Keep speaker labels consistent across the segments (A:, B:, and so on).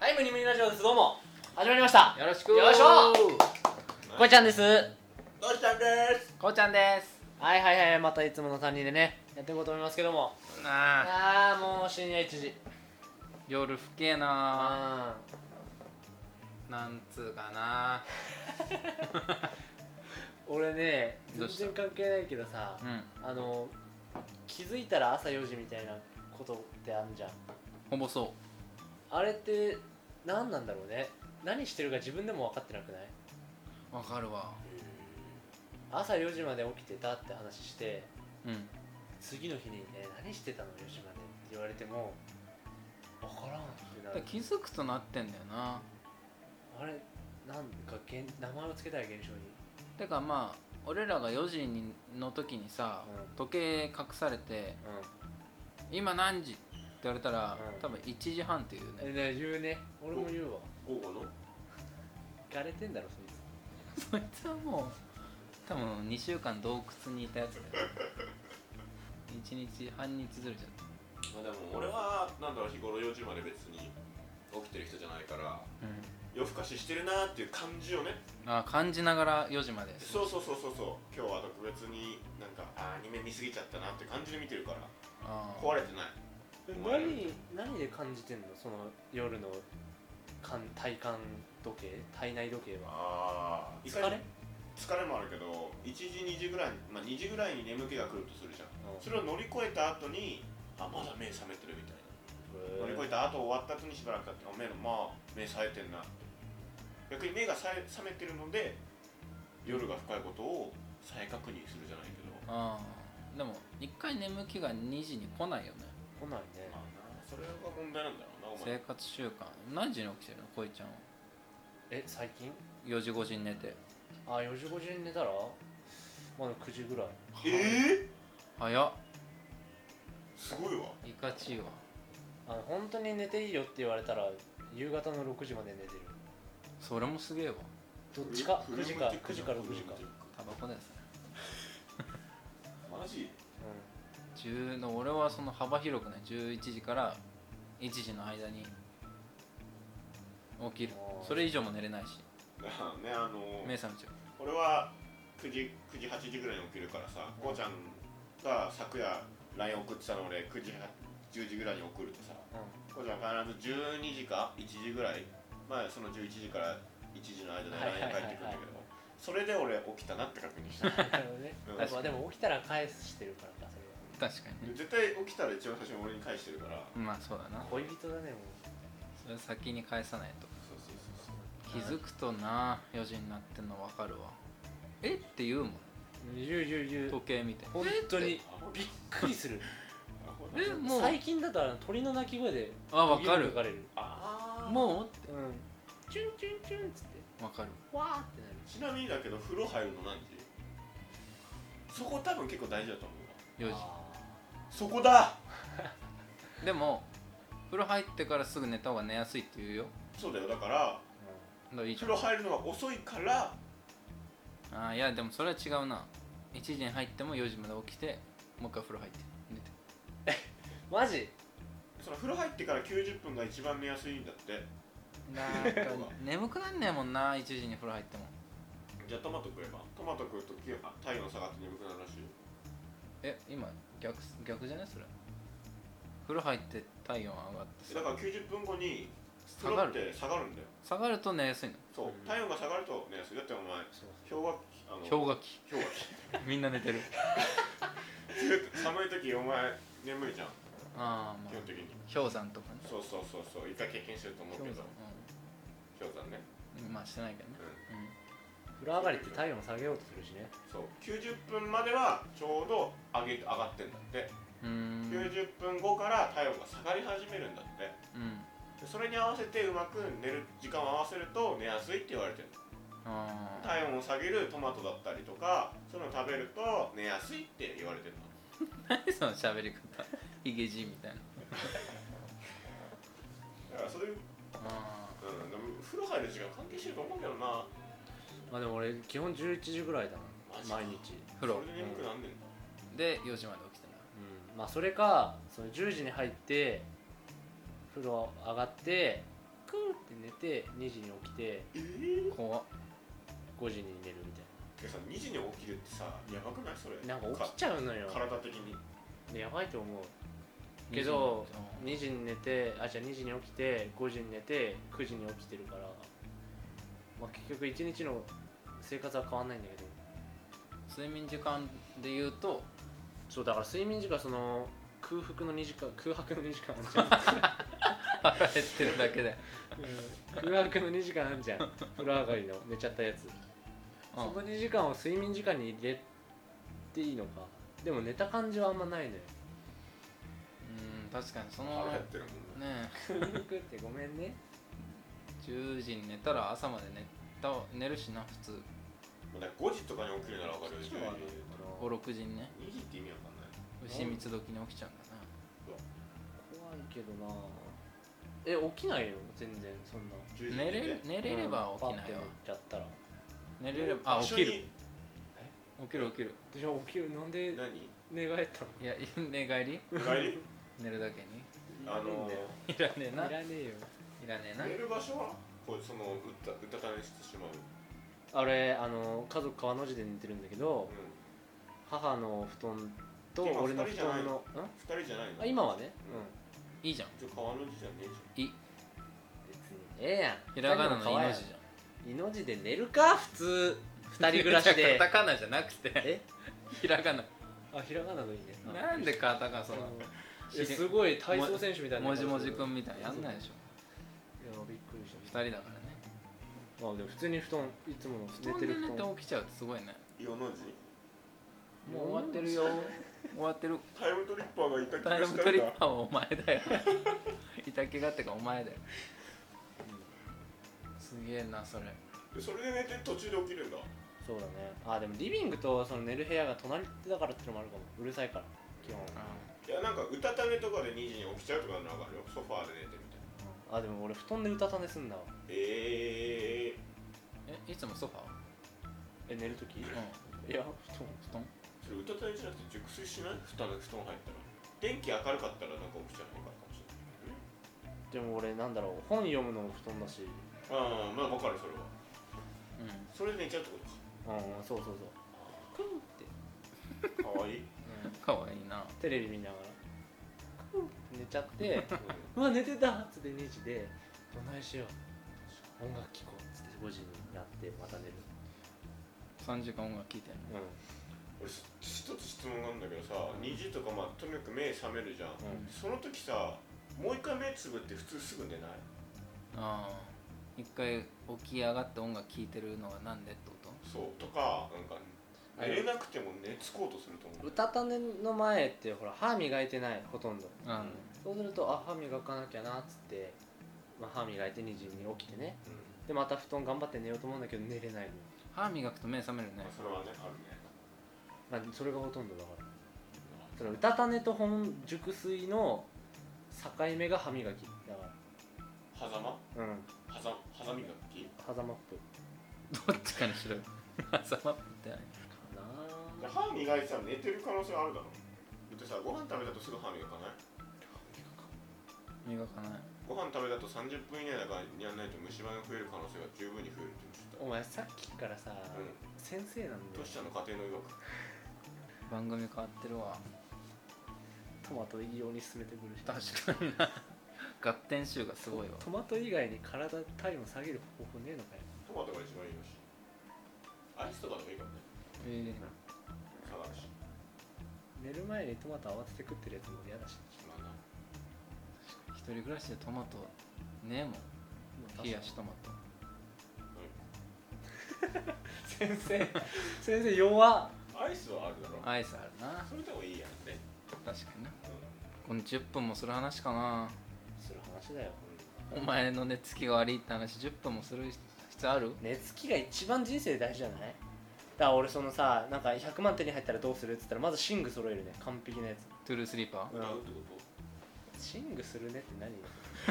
A: はい、ムニムニラジオです。どうも。始まりました。
B: よろしく
A: よいしょこうちゃんです。
C: どうしたんです
B: こうちゃんです
A: はいはいはい、またいつもの3人でね、やっていこうと思いますけども。
B: あ
A: あ
B: あ
A: ー、もう深夜1時。
B: 夜更けな
A: あ
B: なんつうかな
A: ー。俺ね、全
B: どうした
A: 然関係ないけどさ、
B: うん
A: あの、気づいたら朝4時みたいなことってあるじゃん。
B: ほぼそ
A: あれって、何なんだろうね。何してるか自分でも分かってなくないう
B: わかるわ
A: 朝4時まで起きてたって話して、
B: うん
A: 次の日に、え何してたの4時までって言われても分からんってなる
B: 気づくとなってんだよな
A: あれなんか現名前をつけたい現象に
B: てかまあ俺らが4時にの時にさ、
A: うん
B: 時計隠されて
A: う
B: 「今何時?」って言われたら、
A: うん
B: 多分1時半っていうね
A: えね言うね俺も言うわ
C: 午後の
A: がれてんだろそいつ
B: そいつはもう多分2週間洞窟にいたやつだ よ1日半日ずれちゃった
C: まあでも俺はなんだろう日頃4時まで別に起きてる人じゃないから夜更かししてるなーっていう感じをね
B: あ感じながら4時まで
C: そうそうそうそうそう今日は特別になんかあーアニメ見すぎちゃったなって感じで見てるから
B: あー
C: 壊れてない
A: え
C: お前
A: 何何で感じてんのその夜の感体感時計体内時計は
C: ああ
A: 疲れ
C: 疲れもあるけど1時2時ぐらいまあ2時ぐらいに眠気が来るとするじゃんそれを乗り越えた後にあまだ目覚めてるみたいな乗り越えた後終わった後にしばらく経ってあ目のまあ目冴えてんなって逆に目がさえ覚めてるので夜が深いことを再確認するじゃないけど
B: ああでも一回眠気が2時に来ないよね
A: 来ないね
C: まあなそれが問題なんだろうなお
B: 生
C: 前
B: 活習慣何時に起きてるのこいちゃんは
A: え最近
B: 4時5時に寝て
A: あ4時5時に寝たらまだ9時ぐらい
C: ええ
B: 早っ
C: すごいわ
B: いかちいわ
A: あの本当に寝ていいよって言われたら夕方の6時まで寝てる
B: それもすげえわ
A: どっちか
C: フ
A: 9
C: レ
A: 時
C: ーム
A: か
C: テック
A: 9時か6時か
C: フレームテッ
B: タバコですね
C: クマジ
A: う
B: 10の俺はその幅広くね11時から1時の間に起きる
A: あー
B: それ以上も寝れないし
C: だからねあの
B: 目覚めちゃう
C: 俺は9時9時8時ぐらいに起きるからさこうちゃんが昨夜 LINE 送ってたの俺9時10時ぐらいに送るとさ
A: んうん
C: こちゃん必ず12時か1時ぐらいまあその11時から1時の間で
A: はいはいはい
C: LINE 返ってくるんだけどそれで俺起きたなって確認した
A: なるほどね
C: うん
A: まあでも起きたら返してるからかそれは
B: 確かにね
C: 絶対起きたら一番最初に俺に返してるから
B: まあそうだな
A: 恋人だねも
B: それ先に返さないと
C: そうそうそうそう
B: 気づくとな4時になってんの分かるわえって言う
A: う
B: もん
A: 言う言う言う
B: 時計見て
A: 本当にび
C: びっ
A: っくりする
C: く
B: えもう
A: 最近だとあの鳥の鳴き声で
B: あわ
A: ド
B: かる
A: キドキかれる
C: あもう
B: もうって
A: うんチュンチュンチュンっつって
B: わかる
A: わーってなる
C: ちなみにだけど風呂入るの何時そこ多分結構大事だと思うわ
B: 4時
A: あ
C: そこだ
B: でも風呂入ってからすぐ寝た方が寝やすいって言うよ
C: そうだよだから
A: ー
B: だからいいじ
C: 風
B: ゃん
C: 呂入るのが遅いから
B: あーいやでもそれは違うな1時に入っても4時まで起きてもう一回風呂入って寝て
A: うんマジ
C: その風呂入ってから90分が一番寝やすいんだって
B: なんか眠くなんねえもんな1時に風呂入っても
C: じゃあトマト食えばトマト食うと気温あ体温下がって眠くなるらしいよ
B: え今逆逆じゃないそれ風呂入って体温上がって
C: だか
B: さ
C: ら90分後に
B: 下
C: 風
B: が
C: 呂っ
B: る
C: て下がるんだよ
B: 下がると寝やすいの
C: そう、
A: うん
C: 体温が下がるとねだってお前
A: そう
C: 氷河期あの
B: 氷河期
C: 氷河
B: みんな寝てる
C: 期ずっと寒い時お前眠いじゃん
B: ああま
C: 基本
B: あ
C: 的に
B: 氷山とかね
C: そうそうそうそう一回経験してると思うけ
B: 氷
C: ど
B: 山
C: 氷山ね
B: うんまあしてないけどね
C: う
B: う
C: ん
B: ん
A: 風呂上がりって体温下げようとするしね
C: そう90分まではちょうど上げ上がってんだって、
B: うーん、うん、
C: 90分後から体温が下がり始めるんだってでそれに合わせてうまく寝る時間を合わせると寝やすいって言われてる
B: あー
C: 体温を下げるトマトだったりとかそういうのを食べると寝やすいって言われてるの
B: 何 その喋り方ヒゲじいみたいな
C: だからそういう、
B: あ
C: うん、でも風呂入る時間関係してると思うけどな
A: まあでも俺基本11時ぐらいだ
C: マジ
A: な
C: か
A: 毎日
B: ー風呂
C: それで眠くなんねんだ、
B: で4時まで起きてんだ
A: うんまあそれかその10時に入って風呂上がってクーって寝て2時に起きて
C: えー、
B: 怖っ
A: 5時に寝るみた
C: てかさ2時に起きるってさやばくないそれ
A: いななんか起きちゃうのよ
C: か体的に
A: でやばいと思うけど
B: 二
A: 2時に寝てあじゃあ2時に起きて5時に寝て9時に起きてるから、まあ、結局1日の生活は変わんないんだけど
B: 時睡眠時間で言うと
A: そうだから睡眠時間その空腹の2時間空白の2時間あるじゃん
B: 腹減ってるだけ で、
A: うん空白の2時間あるじゃん風呂上がりの寝ちゃったやつ
B: う
A: そ
B: ん
A: の2時間を睡眠時間に入れていいのかでも寝た感じはあんまないのよ
B: うん確かにその
C: 腹減っ
B: ね
C: てるもんね
A: 空腹ってごめんね
B: 10時に寝たら朝まで寝た寝るしな普通
C: まあだから5時とかに起きるなら分かるよ
A: そうなのかな怖い
B: 56時にね
C: 2時って意味わかんない
B: 牛三つ時に起きちゃうんだな
A: けどなえ起きないよ全然そんな
C: 10時
B: 寝れる
C: に
B: 寝れれば起きない
A: よ
B: わ、
A: やったら
B: 寝
C: て
B: れればあ起きる起きる起きる
A: じゃあ起きるなんで
C: 一緒に
A: 寝返ったの
B: いや寝返り
C: 何帰 り
B: 寝るだけに
C: あの
A: いらね
B: いらねえ
A: え
B: ないい
A: らねえよ
B: らねえな
C: 寝る場所はこうそのうったうたた寝してしまう、
A: あれあの家族川の字で寝てるんだけど
C: う
A: 母の布団と
C: 今
A: 俺の
C: 二
A: 布
C: 人じゃない
A: 団の
C: ん、2人じゃない
A: ん
C: の
A: あ今はね
C: うん
B: いいじゃん
C: じゃあ川の字じゃねえじゃん
A: 別にええやん
B: ひらがなの
A: 二人も可愛い
B: 命じゃん
A: 命で寝るか普通二人暮らし で
B: カタカナじゃなくて
A: え
B: ひらがな
A: あひらがなのいいね
B: なんでカタカナそ
A: そ
B: の
A: のえすごい体操選手みたいな
B: もじもじく
A: い
B: んみたいなやんないでしょ
A: やびっくりし
B: 二
A: た
B: 人だからね
A: まあでも普通に布団いつもの
B: 布
A: 寝
B: 団
A: て
B: で
A: る
B: 寝
A: 布団
B: て起きちゃうってすごいね
C: 世の字
B: もう終わってるよ終わってる
C: タイムトリッパーがいた気
B: タイ
C: が
B: ム
C: した
B: ト
C: ん
B: リ
C: だ
B: ッパーはお前だ よいたけがってかお前だよすげえなそれ
C: それで寝て途中で起きるんだ
A: そうだねあでもリビングとその寝る部屋が隣だからってのもあるかもうるさいから基本
C: いやなんかうたた寝とかで2時に起きちゃうとかのがあるよソファーで寝てみたいな
A: あでも俺布団でうたた寝すんだわ
C: ええ
B: えいつもソファ
A: え寝るときい
B: ーうん
A: や布団
B: 布団
C: それうたた寝じゃなくて熟睡しない布団布団入ったら電気明るかったらなんか起きちゃうのかもし
A: で
C: れない
A: も俺なんだろう本読むのも布団だし
C: ああまあ分かるそれは
B: うん
C: それで寝ちゃうってこ
A: うんそうそうそうクンって、
C: とかかわいい
B: かわいいな
A: テレビ見ながらクンって寝ちゃってうわ寝てたっつって2時でどないしよう音楽聴こうっつって5時になってまた寝る
B: 3時間音楽聴いてんの
A: うん
C: 俺す一つ質問なんだけどさ2時とかまあとにかく目覚めるじゃん
A: うん
C: その時さもう一回目つぶって普通すぐ寝ない
B: ああ一回起き上がって音楽聴いてるのがなんでってこと
C: そうとかなんか寝れなくても寝つこうとすると思う
A: うたた寝の前ってほら歯磨いてないほとんど
B: あの
A: そうするとあ歯磨かなきゃなっつって、まあ、歯磨いて2時に起きてね
C: うん
A: でまた布団頑張って寝ようと思うんだけど寝れないの、
B: 歯磨くと目覚めるね
C: まあそれはねあるね
A: まあ、それがほとんどだからそのうたた寝と本熟睡の境目が歯磨きだか
C: 狭間
A: らうん
C: 狭狭磨き
A: 狭間っぽい
B: どっちかにし ろよ朝マップってない
A: かな
C: 歯磨いてたら寝てる可能性あるだろだってさご飯食べたとすぐ歯磨かない
B: 磨かない
C: ご飯食べたと30分以内だからやんないと虫歯が増える可能性が十分に増えるって言
A: お前さっきからさ、
C: うん
A: 先生なんだよ
C: どうしたの家庭の医学
B: 番組変わってるわ
A: トマト異様に進めてくるし
B: 確かにな合点集がすごいわ
A: トマト以外に体体温下げる方法ねえのかよ
C: トマトが一番いいらしいアイスとかでもいいかもね
B: え
C: 下がるし
A: 寝る前にトマト慌てて食ってるやつも嫌だし
C: まあな
B: ー、一人暮らしでトマトねえもん冷やしトマト
A: 先生先生弱っ
C: アイスはあるだろ
B: アイスあるな
C: それでもいいやんね
B: 確かにな
C: うん
B: この10分もする話かな
A: する話だよ
B: お前の寝つきが悪いって話10分もする必要ある
A: 寝つきが一番人生で大事じゃないだから俺そのさなんか100万手に入ったらどうするっつったらまず寝具揃えるね完璧なや
B: トゥルースリーパ
A: うん
C: 歌うってこ
A: つ寝具するねって何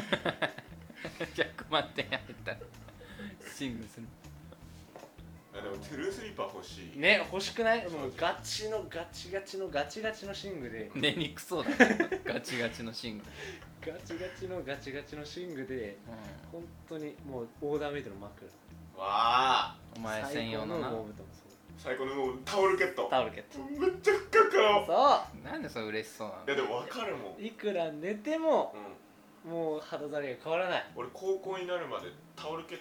B: ー100万点入ったらシングルする
C: とあでもトゥルースリーパー欲しい
A: ね欲しくないもうガチのガチガチのガチガチの寝具で
B: 寝にくそうだガチガチのシング
A: ガチガチのガチガチの寝具で
B: う
A: 本当にもうオーダーメイドの枕
C: わあ
B: ん、お前専用の
A: 最
B: な
A: 高羽毛布団そう
C: 最高のもうタオルケット
A: タオルケット
C: めっちゃふっかふかよ
A: そ
B: なんでそれ嬉しそうなの
C: いやでも分かるもん、うん
A: う、いくら寝てももう肌触りが変わらない
C: 俺高校になるまでタオルケッ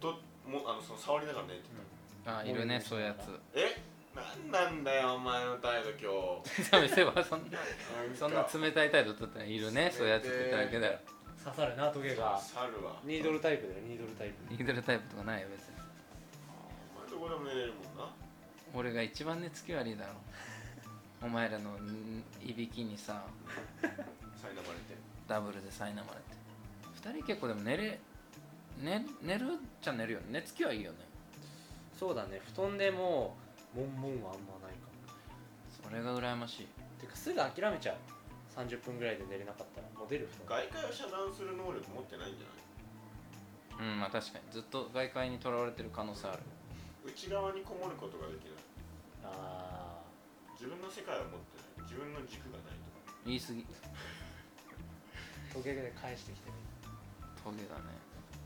C: トもあのその触りながら寝て
B: あいるねそういうやつ
C: えなんなんだよお前の態度今
B: 試せばそんな
C: 日
B: そんな冷たい態度取ったらいるねそういうやつって言っただけだよ
A: 刺さるなトゲが
C: 猿は
A: ニードルタイプだよニードルタイプ
B: ニードルタイプとかないよ別に
C: お前どこでも寝れるもんな
B: 俺が一番寝つき悪いだろお前らのんいびきにさ
C: 苛まれて
B: ダブルで苛まれて二人結構でも寝れ、ね、寝るっちゃ寝るよね寝つきはいいよね
A: そうだね布団でもモンモンはあんまないかも
B: それが羨ましい
A: てかすぐ諦めちゃう30分ぐらいで寝れなかったらもう出る布団
C: 外界を遮断する能力持ってないんじゃない
B: うんまあ確かにずっと外界にとらわれてる可能性ある
C: 内側にこもることができない
A: あ
C: 自分の世界を持ってない自分の軸がないとか
B: 言い過ぎ
A: ートゲで返してきてる
B: トゲだね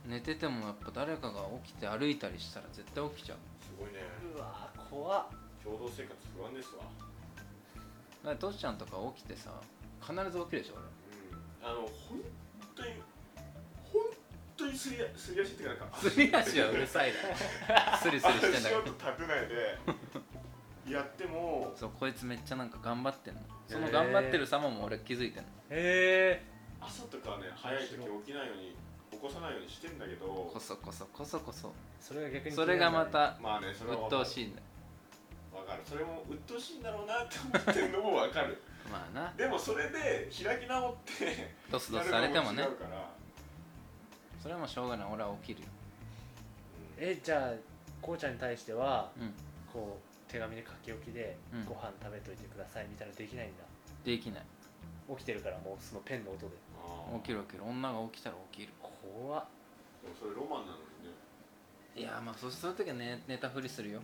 B: 寝ててもやっぱ誰かが起きて歩いたりしたら絶対起きちゃう
C: すごいね
A: うわー怖っ
C: 共同生活不安ですわ
B: だからトシちゃんとか起きてさ必ず起きるでしょ俺
C: うんあの本当に本当にすりすり足っていうかなんか
B: すり足はうるさいだスリスリしてんだけ
C: 足
B: ど
C: 音立てない でやっても
B: そうこいつめっちゃなんか頑張ってんのその頑張ってる様も俺気づいてんの
A: へえ
C: 朝とかね早い時起きないように起こさないようにしてんだけど
B: こそこそこそこそ
A: それが逆に気
B: そ
A: にな
B: れ
A: るんだね
B: がまた
C: まあねそれは
B: 鬱陶しいんだ
C: 分かるそれも鬱陶しいんだろうなって思ってるのも分かる
B: まあな
C: でもそれで開き直って
B: ドスドスされてもね
C: やるの違うから
B: それはもうしょうがない俺は起きるよ
A: えじゃあこうちゃんに対しては
B: うん
A: こう手紙で書き置きで、
B: うん
A: ご飯食べといてくださいみたいなのできないんだ
B: できない
A: 起きてるからもうそのペンの音で
C: あー
B: 起きる起きる女が起きたら起きる
A: 怖っ
C: でもそれロマンなのにね
B: いやまあそうそういう時はね寝たふりするよ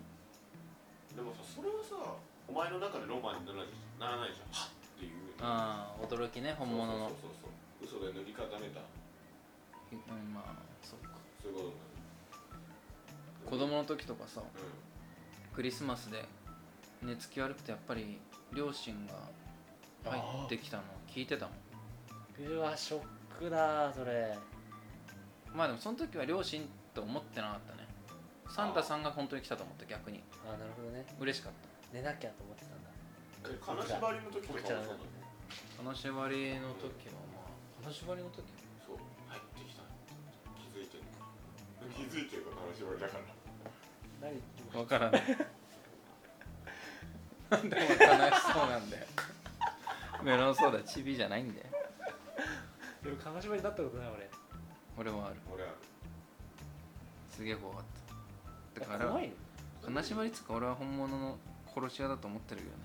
C: でもさそれはさお前の中でロマンにならないならないじゃんはっっていう
B: ああ驚きね本物の
C: そうそうそうそう嘘で塗り固めた
B: うんまあそうか
C: そういうことになる
B: 子供の時とかさ
C: う
B: クリスマスで寝つき悪くてやっぱり両親が入ってきたのを聞いてたもん
A: うわショックだそれ
B: まあでもその時は両親と思ってなかったねサンタさんが本当に来たと思った逆に
A: あなるほどね
B: 嬉しかっ
A: 寝なきゃと思ってたんだ
C: んえ金縛りの時とかもそうなの
B: た金縛りの時はまあ金縛りの時
C: そう入ってきた気づいてる気づいてるか金縛りだから
A: 何言っても
B: 分からないなんでも悲しそうなんだ よメロンソーダチビじゃないんだよ
A: でも金縛りになったことない俺
B: 俺はある
C: 俺は
B: すげえ怖かっただから
A: 怖いの
B: 金縛りっつうか俺は本物の殺し屋だと思ってるけどね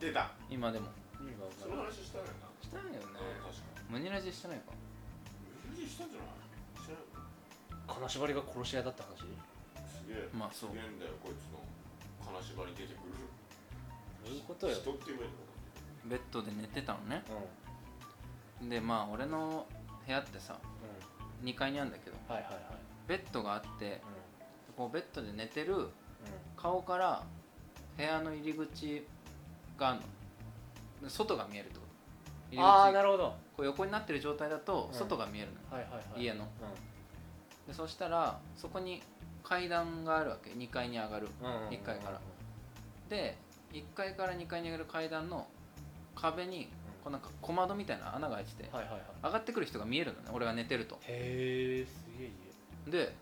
C: 出た
B: 今でも
A: いいわ
C: その話したよな
B: したいよね
C: うん確か
B: 胸ラジしてないか
C: 無理したんじゃない知らん
A: お前金縛りが殺し屋だった話
C: すげえ
B: まあそう
C: すげえんだよこいつの金縛り出てくる
A: そういうことよ
C: 人って言えばいいのかな
B: ベッドで寝てたのね
A: うんうん
B: でまあ俺の部屋ってさ2階にあるんだけど
A: はいはいはい
B: ベッドがあって
A: うん
B: こうベッドで寝てる顔から部屋の入り口があるので外が見えるってこと
A: うんああ
B: 入り
A: な
B: 口
A: るほどは
B: こう横になってる状態だと
A: うん
B: 外が見えるのよ、
A: いはいはい
B: 家の
A: う
B: でそしたらそこに階段があるわけ2階に上がる
A: んうんうんうん
B: 一階からで1階から2階に上がる階段の壁にこうなんか小窓みたいな穴が開いてて
A: はいはいはい
B: 上がってくる人が見えるのね俺が寝てると
A: へえすげえ家
B: で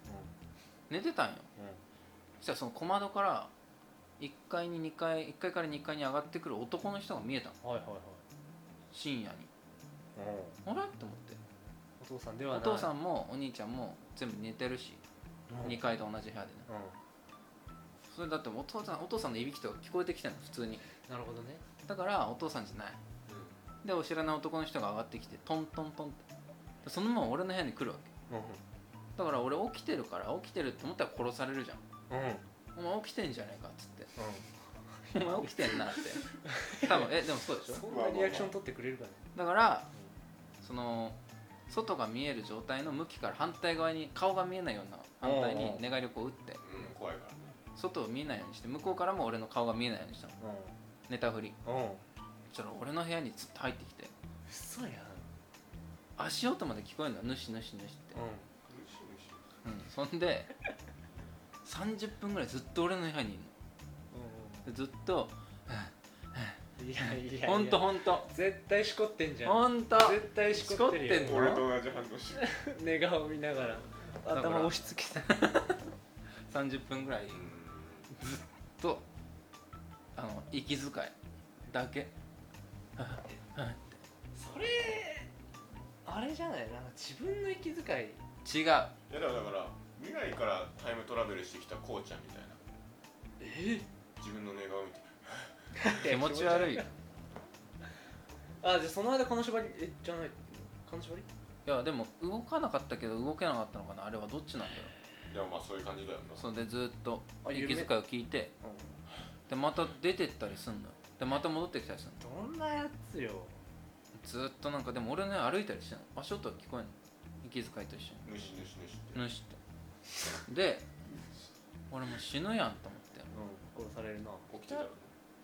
B: 寝てたんよ
A: うんうん
B: そしたらその小窓から1階に2階1階から2階に上がってくる男の人が見えたの
A: はいはいはい
B: 深夜に
A: うん
B: あれと思って
A: お父さんでは
B: お
A: ない
B: 父さ
A: ん
B: んもお兄ちゃんも全部寝てるし2階と同じ部屋でね
A: うん
B: それだってお父さんお父さんのいびきとか聞こえてきてんの普通に
A: なるほどね
B: だからお父さんじゃないでお知らない男の人が上がってきてトントントンってでそのまま俺の部屋に来るわけ
A: う
B: だから俺起きてるから起きてるって思ったら殺されるじゃん
A: んうんうん
B: お前起きてんじゃねえかっつって お前起きてんなって多分えでもそうでしょ
A: そんなリアクション取ってくれるかね
B: だからその外が見える状態の向きから反対側に顔が見えないような反対
A: うん
B: に
A: うん
B: 寝返りをこう打って
C: うん、怖いからね
B: 外を見えないようにして向こうからも俺の顔が見えないようにしたの寝たふり
A: うんうん
B: そしたら俺の部屋にずっと入ってきて
A: 嘘やん
B: 足音まで聞こえるのぬしぬしぬしって、
A: う
C: 苦しい苦しい
B: うんそんで30分ぐらいずっと俺の部屋にいるのずっと
A: んいやいやいや
B: ほんとほんと
A: 絶対しこってんじゃん
B: ほんと
A: 絶対しこってるよ
B: しこってんの
C: 俺と同じ反応してる
A: 寝顔見ながら
B: ら
A: 頭押し付けた
B: 30分ぐらいとあの息遣い だけ
A: それあれじゃないなんか自分の息遣い
B: 違う
C: いやだからだから未来からタイムトラベルしてきたこうちゃんみたいな
A: え
C: 自分の寝顔見て
B: 気持ち悪いよ
A: あじゃあその間金縛りえじゃない金縛り
B: いやでも動かなかったけど動けなかったのかなあれはどっちなんだろ
C: いやまあそういう感じだよな
B: うそれでずっと
A: あ
B: 息遣いを聞いてでまた出てったりすんのよでまた戻ってきたりするの
A: どんなやつよ
B: ずーっとなんかでも俺ね歩いたりしてんの足音が聞こえんの息遣いと一緒
C: ぬしぬしぬしって
B: にぬしってで俺もう死ぬやんと思
A: うん
B: って
A: 殺されるな
C: 起きてたら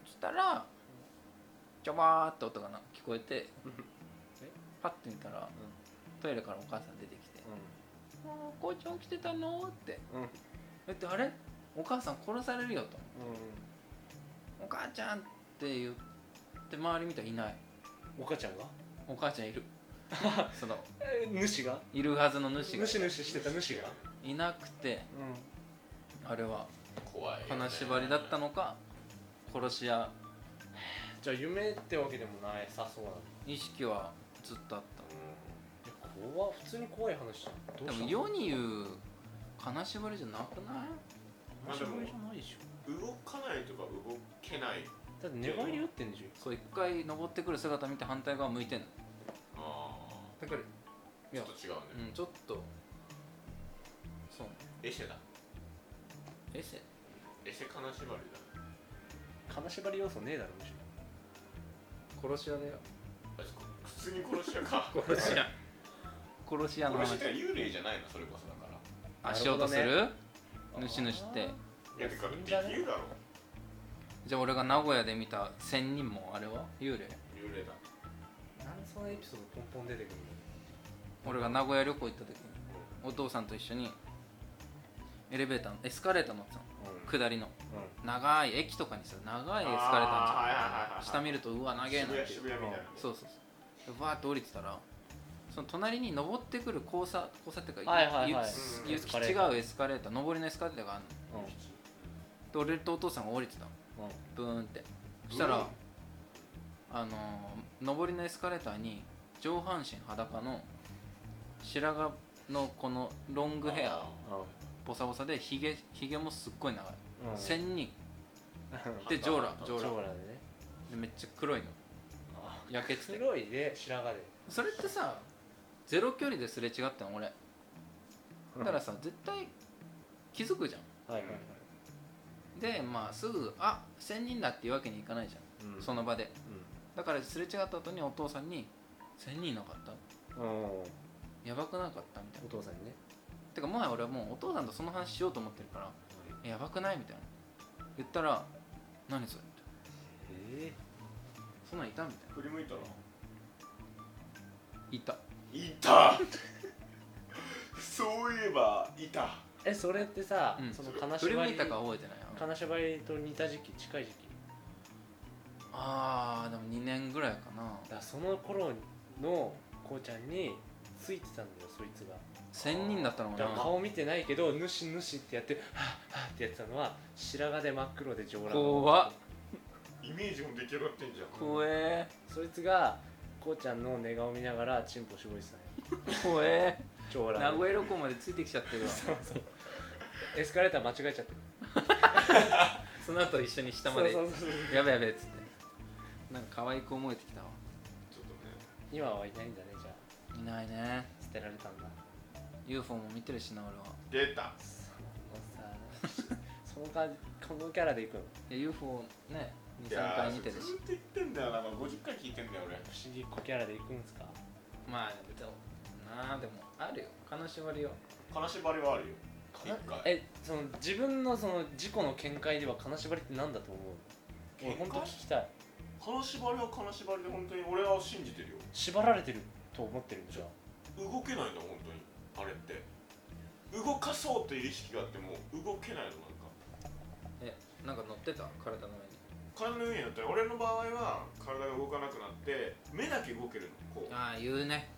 B: そしたらジョバーって音がな聞こえてパッて見たらトイレからお母さん出てきて「あー校長起きてたの?」って
A: うんうん
B: 「えっとあれお母さん殺されるよ」と「お母ちゃん」って言って周り見たらいない
A: うんお母ちゃんが
B: お母ちゃんいる その
A: え主が
B: いるはずの主が
A: 主主してた主が
B: いなくて
A: う
B: あれは
C: 怖いよね
B: 金縛りだったのか殺し屋
A: んじゃあ夢ってわけでもないさそうなの
B: 意識はずっとあっ
C: う
A: いや怖っ普通に怖い話じゃんど
B: た
A: う
B: で
A: した
B: も世に言う金縛りじゃなくない
C: まあ
A: 金
C: でも
A: 縛りじゃないでし
C: ん動かないとか動けない
A: ょだって寝返り打ってんでしょ
B: そう一回登ってくる姿見て反対側向いてんの
C: あ
B: だから
C: あちょっと違うね
B: うんちょっとそう
C: エセだ
B: エセ
C: エセ金縛りだ
A: 金縛り要素ねえだろむし
B: 殺し屋だよ
C: あそこ普通に殺し屋か
B: 殺し屋殺し屋の
C: 殺し
B: 話
C: って幽霊じゃないのそれこそだから
B: 足音する
A: ろ
B: ぬしぬしって
C: いやてか
A: いいん
C: でき
A: じゃね
C: るだろ
B: じゃあ俺が名古屋で見た仙人もあれは幽霊
C: 幽霊だ
A: なんでそのエピソードポンポン出てくる
B: 俺が名古屋旅行行った時にお父さんと一緒にエレベーターのエスカレーター乗ってたの
A: のうん
B: 下りの長い駅とかにさ長いエスカレーター
C: あーはいはいはい
B: ある
C: はい
B: じゃん下見るとうわ長えなって
C: 渋
B: いう
C: 谷渋谷みたいな
B: そうそうそうでわーって降りてたらその隣に登ってくる交差交差っていうか、
A: はいはいはい
B: ゆ
C: うん
B: ゆ
A: エスカレータ
B: 違うエスカレーター上りのエスカレーターがある
A: うん
B: ので俺とお父さんが降りてたの
A: うん
B: ブーンってそしたら、
C: うん
B: あのー上りのエスカレーターに上半身裸の白髪のこのロングヘアボサボサでひげひげもすっごい長い
A: うん
B: 仙人
A: う
B: でジョーラ
C: あ
B: ジョーラ
A: ラでね
B: でめっちゃ黒いの焼けてて
A: 黒いで白髪で
B: それってさゼロ距離ですれ違ったの俺だからさ絶対気づくじゃん
A: はいはいはい
B: でまあすぐ「あ仙人だ」っていうわけにいかないじゃん、その場でだからすれ違った後にお父さんに「仙人いなかった
A: うんお
B: やばくなかった」みたいな
A: 父さんにね
B: てかもはや俺はもうお父さんとその話しようと思ってるから「えやばくない?」みたいな言ったら「何それ?」みたいな
A: え
B: 「そんなんいた?」みたいな
C: 振り向いたら
B: 「いた」
C: いた そういえばいた
A: ええそれってさ
B: うん
A: その金
B: 振り
A: 縛
B: 向い
A: り
B: たか覚えてない
A: 金縛りと似た時期近い時期
B: あーでも2年ぐらいかな
A: だからその頃のこうちゃんについてたんだよそいつが
B: 仙人だったのか
A: だから
B: な
A: 顔見てないけど「ぬしぬし」ってやって「はっはっ」ってやってたのは白髪で真っ黒で上裸
B: 怖っ
C: イメージも出来上がってんじゃん
B: 怖え
A: そいつがこうちゃんの寝顔見ながらチンポしごいてたね
B: 怖え
A: 上
B: 名
A: 裸
B: 古
A: で
B: 屋旅行までついてきちゃってるわ
A: エスカレーター間違えちゃってる
B: その後一緒に下まで
A: そうそうそうそう
B: やべやべっつってなんか可愛く思えてきたわ
C: ちょっとね
A: 今はいないんだねじゃ
B: いないね
A: あ捨てられたんだ
B: UFO も見てるしな俺は
C: 出た
A: その さその感じこのキャラでいくの
B: いや UFO ね
C: いや
B: 23回
C: ー
B: 見てるし
C: ずっと言ってんだよな、まあ、50回聞いてんだよ俺
A: 不思議っ子キャラでいくんすか
B: うまあでもなあでもあるよ金縛りは
C: 金縛りはあるよ
A: 金
C: 一回
A: えその自分のその自己の見解では金縛りって何だと思うの俺
C: 見解
A: 本当聞きたい
C: 金縛りは金縛りで本当に俺は信じてるよ
A: 縛られてると思ってるんじゃん
C: 動けないんだ本当にあれって動かそうという意識があっても動けないのなんか
B: えなんか乗ってた体の上に
C: 体の上に乗ったら俺の場合は体が動かなくなって目だけ動けるのこう
B: ああ言うね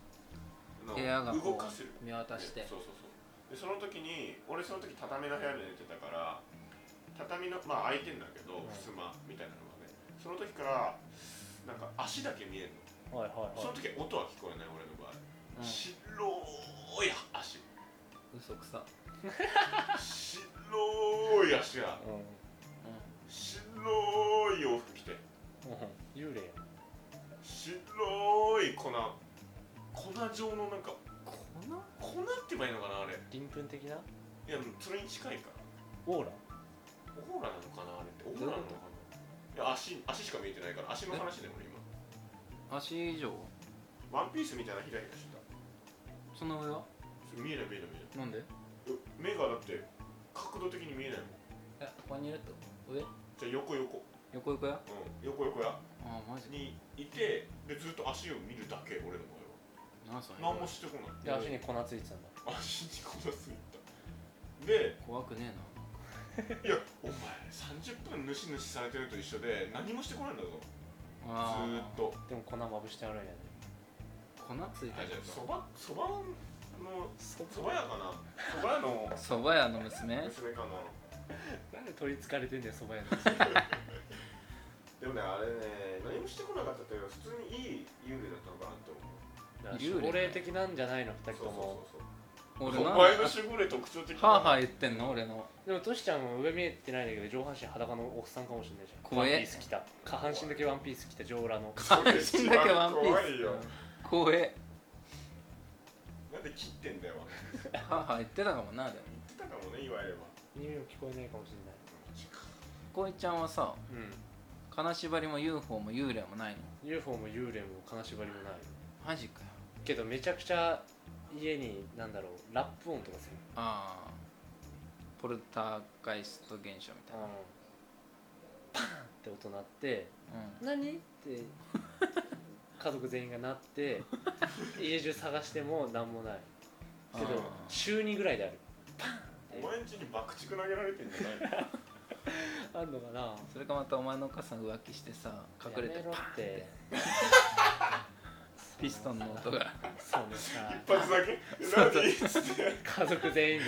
C: の
B: 部屋が
C: 動
B: こ
C: かせる
B: う見渡して
C: そうそうそうでその時に俺その時畳の部屋で寝てたから畳のまあ空いてんだけど
A: うん
C: 襖みたいなのがねその時からなんか足だけ見えるの
A: はいはい
C: その
A: は
C: 時音は聞こえない俺の場合、
B: うん
C: 白い足
B: 嘘くさ
C: 白い足が
A: いうん
C: 白い洋服着て
A: うん幽霊や
C: 白い粉粉状のなんか
B: この
C: 粉って言えばいいのかなあれ
A: 鱗粉的ない
C: やそれに近いか
A: オーラ
C: オーラなのかなあれってオーラなのかないや足足しか見えてないから足の話でも今
B: 足以上
C: ワンピースみたいなヒラヒラしてた
B: その上は
C: それ見えない見えない見え
B: なんで
C: ない目がだって角度的に見えないも
B: え
C: ん
B: ここにいるってこと上
C: じゃあ横横うん
B: 横行くや
C: 横横や
B: ああマジ
C: にいてでずっと足を見るだけ俺の
B: 何それ
C: 場合は何もしてこない
A: で足に粉ついてたんだ
C: 足にこなすぎたで
B: 怖くね
C: いやお前30分ぬしぬしされてると一緒で何もしてこないんだぞ
B: えなあ
C: ずーっと
A: でも粉まぶしてあるんやね
B: 粉ついて
C: あ
B: る
C: じゃあそばそばの
A: そ
C: そば屋かなそば屋の
B: そば屋の娘
C: 娘か
A: な
C: な
A: んで取りつかれてんだよそば屋の
C: でもねあれね何もしてこなかったというより普通にいい幽霊だったのかなって思
B: 幽
C: う
B: 霊
A: 守護霊的なんじゃないの二人とも
C: そうそうそう
B: 俺
C: お
B: な
C: 前の守護霊特徴的
B: はあはあ
C: い
B: 言ってんの俺の
A: でもトシちゃんは上見えてないんだけど上半身裸のおっさんかもしれないじゃん
B: 怖え
A: ワンピース着た下半身だけワンピース着た上裸の
B: 下半身だけワンピ
C: 怖い
B: ー
C: よ
B: ス怖え
C: なんで切ってんだよ言
B: はあはあ言ってたかもなでも
C: ってたかもね言われれば
A: 耳も聞こえないかもしれ
B: こいちゃんはさ
A: ない
B: 金縛りも UFO も幽霊もないの
A: うん UFO も幽霊も金縛りもない
B: マジかよ
A: けどめちゃくちゃ家になんだろうラップ音とかする
B: ああポルターガイスト現象みたいな
A: パンって音鳴って「
B: う
A: 何?」って家族全員がなって家中探しても何もないけど
B: あー
A: 週2ぐらいである
C: お前んちに爆竹投げられてんじゃないの
A: あるのかなん
B: それかまたお前のお母さん浮気してさ隠れ
A: や
B: て
A: めろ
B: パーン
A: っ
B: っててピストンの音が
A: そうねさ
C: 一発だけ
B: そうそう
C: 何っつって
A: 家族全員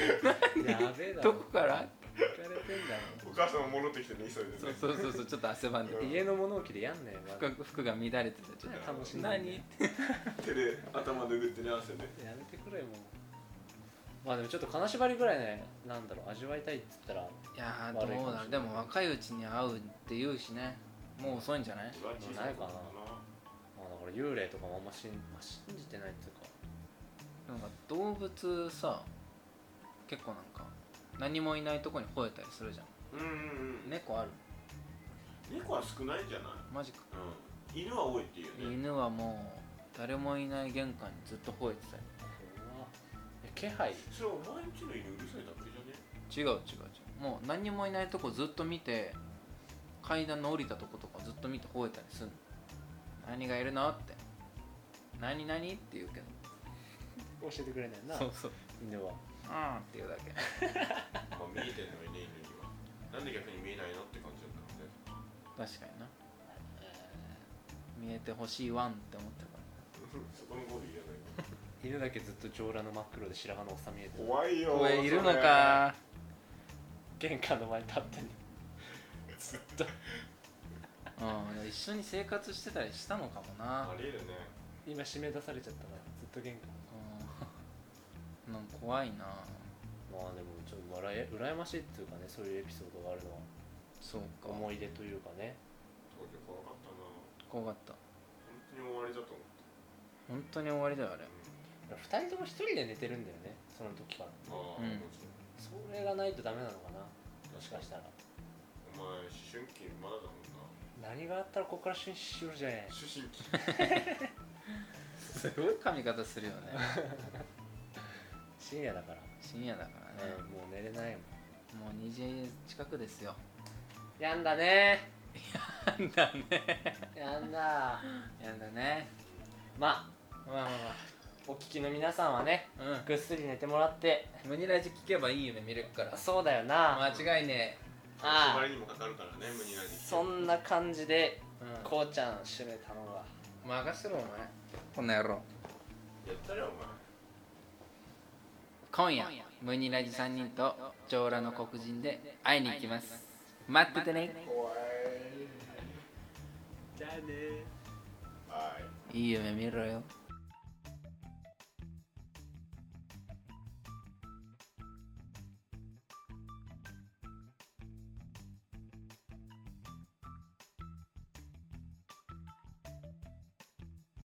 A: でやべえだ
B: ど
A: ろ
B: こから
A: 聞かれてんだ
C: お母さんも戻ってきてね急いで
B: そう
C: ね
B: そうそうそうちょっと汗ばんで
A: ろ家の物置でやんなよまだ
B: 服服が乱れててちょっ
A: 楽し
B: と
A: んでんだ
B: 何
A: よ
C: 手で頭拭ってね汗で
A: やめてくれもうまあでもちょっと金縛りぐらいねなんだろう味わいたいっつったら
B: いや
A: 悪
B: ー
A: いかもしれない
B: どうだろうでも若いうちに会うって言うしねもう遅いんじゃない
C: 一番小さい頃
A: ないまあだから幽霊とかもあんま信,、まあ、信じてないっていうか
B: なんか動物さ結構なんか何もいないとこに吠えたりするじゃん
C: うんうんうん
B: 猫ある
C: 猫は少ないんじゃない
B: マジか
C: うん犬は多いっていうね
B: 犬はもう誰もいない玄関にずっと吠えてた
A: え気配
C: それお前んちの犬うるさいだけじゃね
B: り違う違う違うもう何もいないとこずっと見て階段の降りたとことかずっと見て吠えたりするの何がいるのって何何って言うけど
A: 教えてくれないな
B: そうそう
A: 犬は
B: うんっていうだけ
C: まあ見えてんのよね犬にはなんで逆に見えないのって感じだったもんね
B: 確かにな見えてほしいわんって思ってるから
C: そこのゴールいらない
A: 犬だけずっと上裸の真っ黒で白髪のおっさん見えてる
C: 怖いよ
B: おいいるのか
A: 玄関の前に立ってんの
C: ずっと
B: うん一緒に生活してたりしたのかもな
C: ありえるね
A: 今締め出されちゃったからずっと玄関
B: うん なんか怖いな
A: まあでもちょっと笑え羨ましいっていうかねそういうエピソードがあるのは
B: そうか
A: 思い出というかね
C: 東京怖かったな
B: 怖かった
C: 本当に終わりだと思って
B: 本当に終わりだよあれ
A: 2人とも1人で寝てるんだよねその時から
C: あ
B: う
C: あ、
B: ん
C: もちろん
A: それがないとダメなのかなもし
C: 確か
A: か
C: に
A: したら
C: お前思春期まだだもんな
A: 何があったらここから春秋しよるじゃね
C: 思春期
B: すごい髪型するよね
A: 深夜だから、
B: 深夜だからね
A: うん、もう寝れないもん
B: もう2時近くですよ
A: やんだね
B: なんだね
A: やんだ
B: やだね
A: まあ
B: まあま
A: お聞きの皆さんはね
B: あまあ
A: ぐっすり寝てもらって
B: うん無にラジ聞けばいい夢見れるから
A: そうだよな
B: 間違いね
A: あ
C: 縛りにもかかるからね無理な り
A: そんな感じで
B: え、う
A: こうちゃん締めたのは
B: ん、任せろお前この野郎
C: やったらお前
B: 今夜ムニラジ3人と上羅の黒人で会いに行きます待っててね
A: じゃあね
C: はい
B: いい夢見ろよ